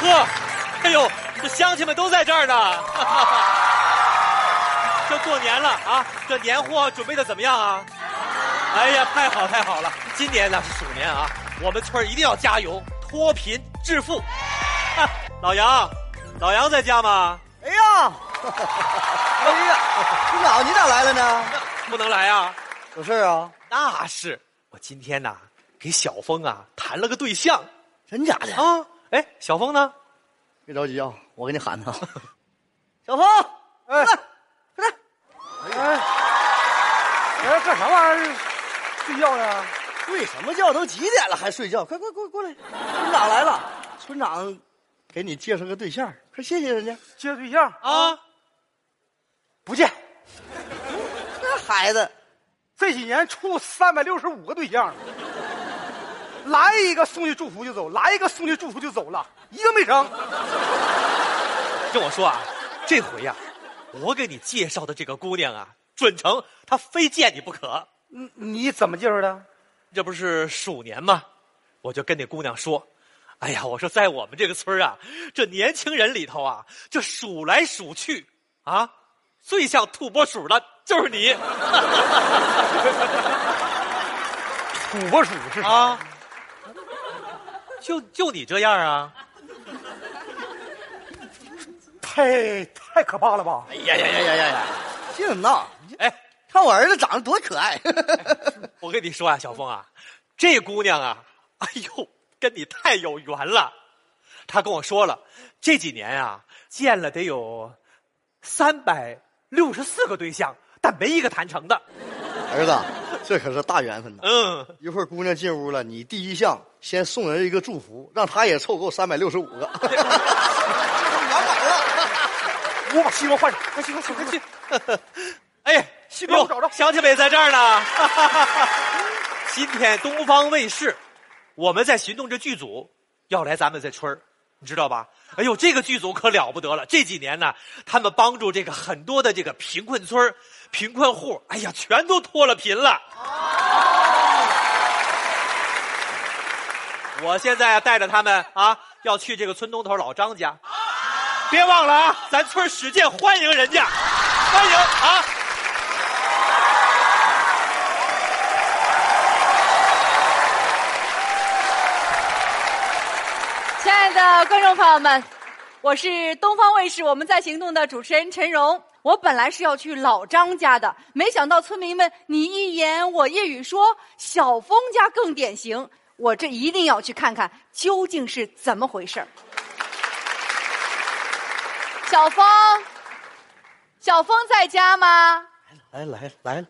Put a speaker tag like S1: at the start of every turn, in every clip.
S1: 喝。哎呦，这乡亲们都在这儿呢。 这过年了啊，这年货准备的怎么样啊？哎呀，太好太好了！今年呢是鼠年啊，我们村儿一定要加油，脱贫致富。 啊、老杨，老杨在家吗？
S2: 哎呀，哎呀，你老你咋来了呢？
S1: 不能来啊。
S2: 有事儿啊？
S1: 那是我今天呐、给小峰啊谈了个对象
S2: 真假的？
S1: 啊。哎，小峰呢？
S2: 别着急啊，我给你喊他。 小峰，过来，快
S3: 哎
S2: 点，
S3: 哎，哎，干啥玩意儿？啊睡觉呢？
S2: 睡什么觉？都几点了还睡觉？快快快过来！村长来了，村长给你介绍个对象，快谢谢人家。
S3: 接对象？
S1: 啊，
S3: 不见。
S2: 这孩子，
S3: 这几年处三百六十五个对象了，来一个送去祝福就走，来一个送去祝福就走了，一个没成。
S1: 跟我说啊，这回呀、我给你介绍的这个姑娘啊，准成，她非见你不可。
S3: 你嗯你怎么介绍的？
S1: 这不是鼠年吗？我就跟那姑娘说：“哎呀，我说在我们这个村儿啊，这年轻人里头啊，这数来数去啊，最像土拨鼠的就是你
S3: 土拨鼠是啥？
S1: 啊！ 就就你这样啊！
S3: 太太可怕了吧
S2: 哎！呀呀呀呀呀呀，净闹！你
S1: 哎，
S2: 看我儿子长得多可爱。
S1: 我跟你说啊，小峰啊，这姑娘啊，哎呦，跟你太有缘了。她跟我说了，这几年啊，见了得有三百六十四个对象，但没一个谈成的。
S2: 儿子，这可是大缘分呐。
S1: 嗯。”
S2: 一会儿姑娘进屋了，你第一项先送人一个祝福，让她也凑够三百六十五 个。
S3: 我把西瓜换上，快西瓜，西瓜，西瓜
S1: 哎，
S3: 西瓜我
S1: 哟
S3: 找着
S1: 乡亲们也在这儿呢。 今天东方卫视，我们在行动这剧组要来咱们这村儿，你知道吧？哎呦，这个剧组可了不得了！这几年呢，他们帮助这个很多的这个贫困村儿贫困户，哎呀，全都脱了贫了。
S3: 哦
S1: 我现在带着他们啊，要去这个村东头老张家。别忘了啊，咱村儿使劲欢迎人家，欢迎啊！
S4: 亲爱的观众朋友们，我是东方卫视《我们在行动》的主持人陈荣。我本来是要去老张家的，没想到村民们你一言我一语说小峰家更典型。我这一定要去看看究竟是怎么回事儿。小峰，小峰在家吗？
S2: 来哎了来了来 了，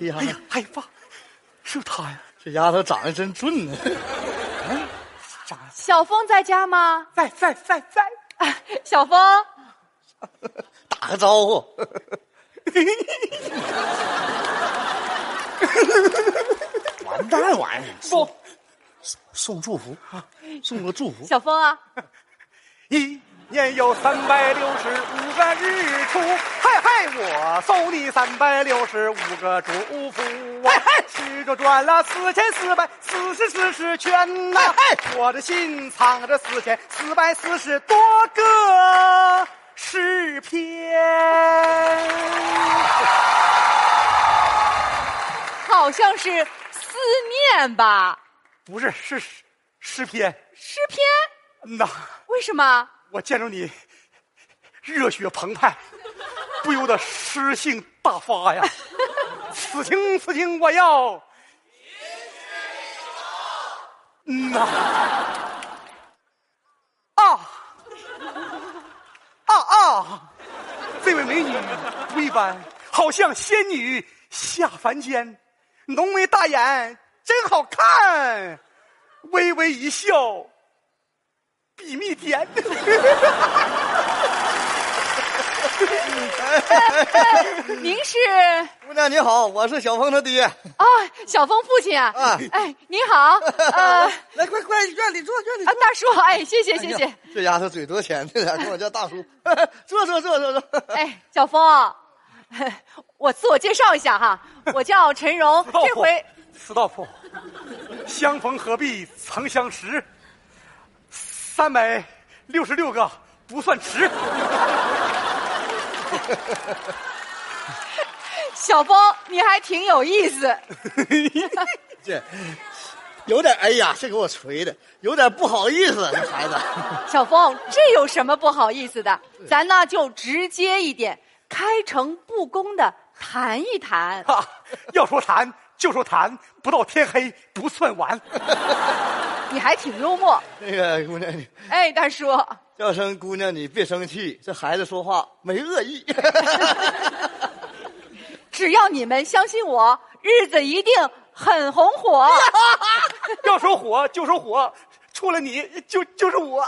S2: 这丫
S3: 哎呀，哎呀爸，是不是他呀？
S2: 这丫头长得真俊呢。
S3: 咋？
S4: 小峰在家吗？
S3: 在在在在。
S4: 啊小峰，
S2: 打个招 呼。完蛋玩意儿，
S3: 不，
S2: 送祝福啊，送个祝福。
S4: 小峰啊，
S3: 一年有三百六十五个日出，嗨嗨，我送你三百六十五个祝福啊！嗨嗨，吃着赚了四千四百四十四十圈呐、我的心藏着四千四百四十多个诗篇。
S4: 好像是思念吧？
S3: 不是，是诗诗篇。
S4: 诗篇？
S3: 嗯呐，
S4: 为什么？
S3: 我见着你，热血澎湃，不由得诗性大发呀！此情此情我要。嗯呐，啊啊啊！这位美女不一般，好像仙女下凡间，浓眉大眼真好看，微微一笑。比蜜甜。
S4: 您是
S2: 姑娘你好，我是小峰他爹。
S4: 啊、小峰父亲啊？
S2: 啊
S4: 哎，您好，呃，啊，
S2: 来，快快，院里坐，院里坐。
S4: 大叔，哎，谢谢谢谢。
S2: 这丫头嘴多甜，这俩管我叫大叔。 坐坐坐坐坐。
S4: 哎，小峰， 我自我介绍一下哈，我叫陈荣，
S3: 哦
S4: 这回
S3: 死道破，相逢何必曾相识，三百六十六个不算迟。
S4: 小峰，你还挺有意思。
S2: 这有点哎呀，这给我锤的，有点不好意思，啊这孩子。
S4: 小峰，这有什么不好意思的？咱呢就直接一点，开诚布公的谈一 谈。
S3: 哈、要说谈就说谈，不到天黑不算完。
S4: 你还挺幽默，
S2: 那个姑娘，你
S4: 哎，大叔，
S2: 叫声姑娘，你别生气，这孩子说话没恶意。
S4: 只要你们相信我，日子一定很红火。
S3: 要说火就说火，除了你就就是我。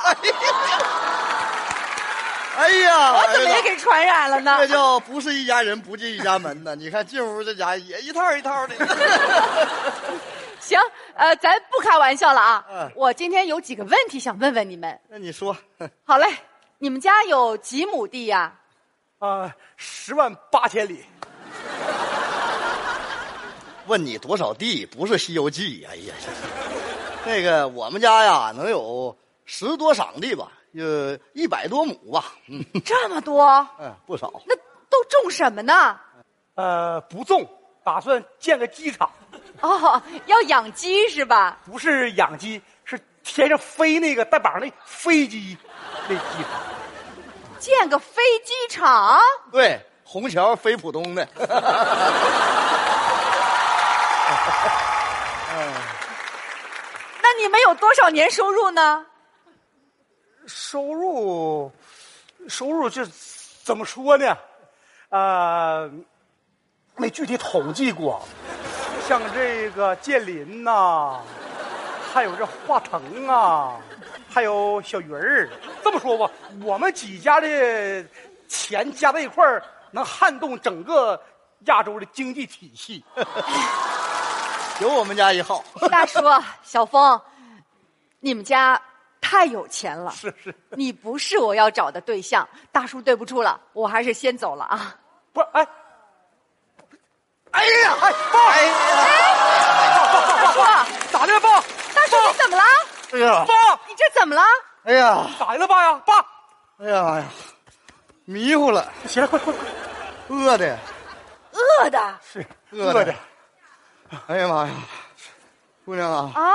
S2: 哎呀，
S4: 我怎么也给传染了 呢
S2: 这？叫不是一家人不进一家门呐！你看进屋这家也一套一套的。
S4: 行，呃，咱不开玩笑了啊。
S2: 嗯
S4: 我今天有几个问题想问问你们。
S2: 那你说，
S4: 好嘞，你们家有几亩地呀、
S3: 啊，十万八千里，
S2: 问你多少地？不是《西游记》。哎呀，那个我们家呀，能有十多晌地吧，有一百多亩吧。嗯
S4: 这么多，
S2: 嗯，不少。
S4: 那都种什么呢？
S3: 呃，不种，打算建个鸡场，
S4: 哦，要养鸡是吧？
S3: 不是养鸡，是天上飞那个带膀那飞机，那鸡场。
S4: 建个飞机场？
S2: 对，虹桥飞浦东的。
S4: 那你们有多少年收 入呢？
S3: 收入，收入这怎么说呢？呃，没具体统计过，像这个建林呐、还有这化成啊，还有小鱼儿。这么说吧，我们几家的钱加在一块儿，能撼动整个亚洲的经济体系。
S2: 有我们家一号。
S4: 大叔、啊小峰，你们家太有钱了。
S3: 是是，
S4: 你不是我要找的对象，大叔对不住了，我还是先走了啊。
S3: 不是哎。哎呀！哎，爸！哎
S4: 大叔，啊
S3: 咋的了，爸？
S4: 大叔你怎么了？
S2: 哎呀，
S3: 爸，
S4: 你这怎么了？
S2: 哎呀，
S3: 咋的了，爸呀？爸，
S2: 哎呀哎呀，迷糊了，
S3: 起来，快快快！
S2: 饿的，
S4: 饿的
S3: 是
S2: 饿的。哎呀妈呀，姑娘啊，
S4: 啊？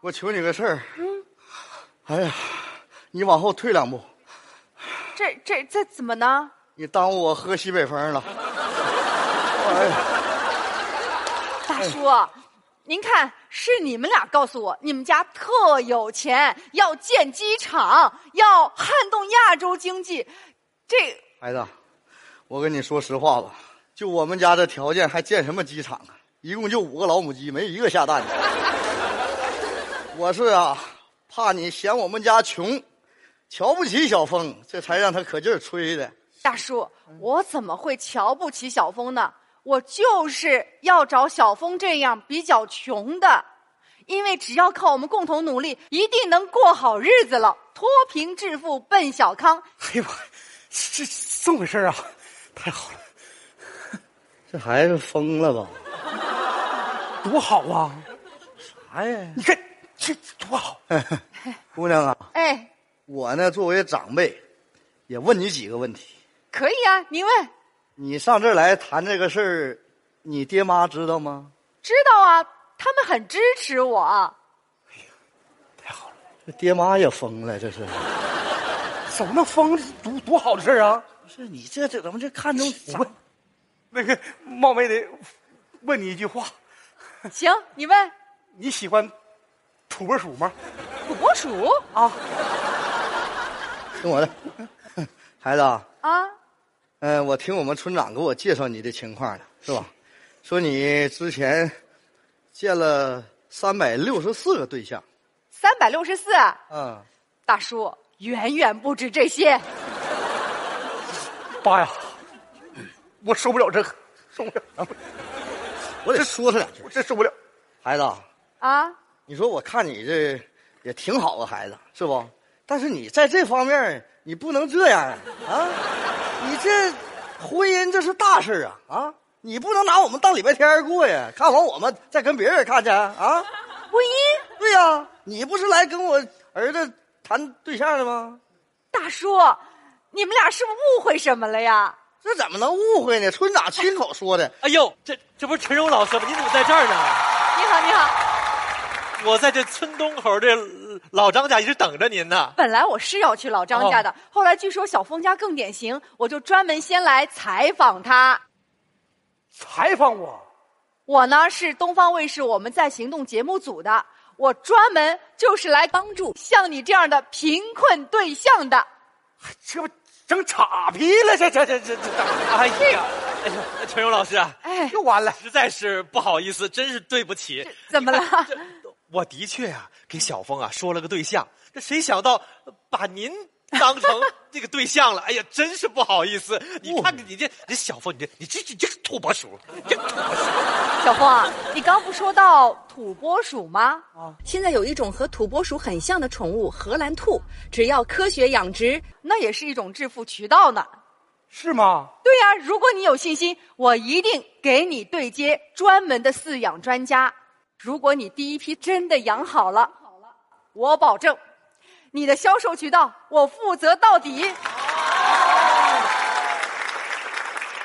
S2: 我求你个事儿。
S3: 嗯
S2: 哎呀，你往后退两步，
S4: 这这这怎么呢？
S2: 你耽误我喝西北风了。
S4: 大叔，您看，是你们俩告诉我，你们家特有钱，要建机场，要撼动亚洲经济，这
S2: 孩子，我跟你说实话吧，就我们家这条件，还建什么机场啊？一共就五个老母鸡，没一个下蛋的。我是啊，怕你嫌我们家穷，瞧不起小峰，这才让他可劲儿吹的。
S4: 大叔，我怎么会瞧不起小峰呢？我就是要找小峰这样比较穷的，因为只要靠我们共同努力，一定能过好日子了，脱贫致富奔小康。
S3: 哎呀妈，这这么回事啊？太好了，
S2: 这孩子疯了吧？
S3: 多好啊！
S2: 哎呀，
S3: 你看这多好，
S2: 姑娘啊，
S4: 哎，
S2: 我呢作为长辈，也问你几个问题。
S4: 可以啊，您问，
S2: 你上这儿来谈这个事儿，你爹妈知道吗？
S4: 知道啊，他们很支持我。
S3: 太好了，
S2: 这爹妈也疯了，这是。
S3: 怎么能疯？多多好的事儿啊！
S2: 不是你这这怎么这看中
S3: 我问那个冒昧的问你一句话，
S4: 行，你问
S3: 你喜欢土拨鼠吗？
S4: 土拨鼠
S3: 啊，
S2: 听我的， 孩子啊，
S4: 啊？
S2: 嗯、我听我们村长给我介绍你的情况了，是吧？说你之前见了三百六十四个对象，
S4: 三百六十四，
S2: 嗯，
S4: 大叔远远不止这些。
S3: 爸呀，我受不了这个，受不了，
S2: 我得说他两句
S3: 我。真受不了。
S2: 孩子啊，
S4: 啊，
S2: 你说我看你这也挺好啊，孩子是不？但是你在这方面你不能这样啊啊！你这婚姻这是大事啊啊！你不能拿我们当礼拜天儿过呀，看完我们再跟别人看去啊！
S4: 婚姻
S2: 对呀、你不是来跟我儿子谈对象了吗？
S4: 大叔，你们俩是不是误会什么了呀？
S2: 这怎么能误会呢？村长亲口说的。
S1: 哎呦，这这不是陈荣老师吗？你怎么在这儿呢？
S4: 你好，你好。
S1: 我在这村东口这老张家一直等着您呢。
S4: 本来我是要去老张家的，后来据说小峰家更典型，我就专门先来采访他。
S3: 采访我，
S4: 我呢是东方卫视《我们在行动》节目组的，我专门就是来帮助像你这样的贫困对象的。
S3: 这不整岔劈了？这这这这这
S1: 哎呀，哎呦，陈荣老师啊，
S4: 哎，
S3: 又完了。
S1: 实在是不好意思，真是对不起。
S4: 怎么了？
S1: 我的确啊，给小峰啊说了个对象，这谁想到呃把您当 成这个对象了？哎呀，真是不好意思。
S3: 哦
S1: 你看看你这，你小峰，你这，你这，你这个土拨鼠，这
S3: 哎
S1: 个土拨鼠。
S4: 小峰啊，你刚不说到土拨鼠吗？
S5: 现在有一种和土拨鼠很像的宠物——荷兰兔，只要科学养殖，
S4: 那也是一种致富渠道呢。
S3: 是吗？
S4: 对呀、如果你有信心，我一定给你对接专门的饲养专家。如果你第一批真的养好了，我保证，你的销售渠道我负责到底。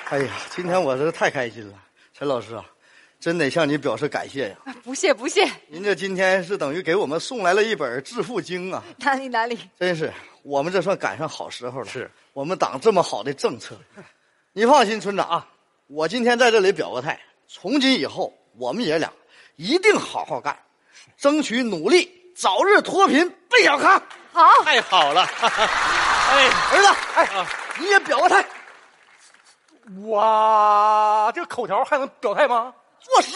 S2: 哎呀，今天我是太开心了，陈老师啊，真得向你表示感谢呀、
S4: 不谢不谢，
S2: 您这今天是等于给我们送来了一本《致富经》啊，
S4: 哪里哪里。
S2: 真是我们这算赶上好时候了。
S1: 是
S2: 我们党这么好的政策，你放心，村长啊，我今天在这里表个态，从今以后我们爷俩一定好好干，争取努力，早日脱贫奔小
S1: 啊
S2: 康。
S4: 好，
S1: 太好了， 哎，
S2: 儿子，哎，你也表个态，
S3: 哇，这个口条还能表态吗？
S2: 作诗。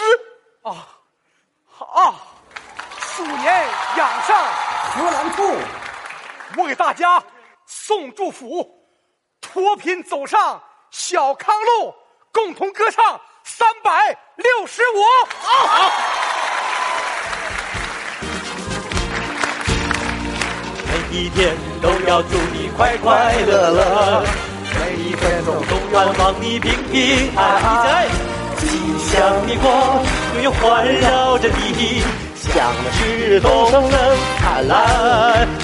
S3: 好，鼠啊年养上荷兰兔，我给大家送祝福，脱贫走上小康路，共同歌唱三百六十五。
S6: 每一天都要祝你快快乐乐，每一分钟都要望你平平安安，吉祥的光永远环绕着你，向日东升灿烂，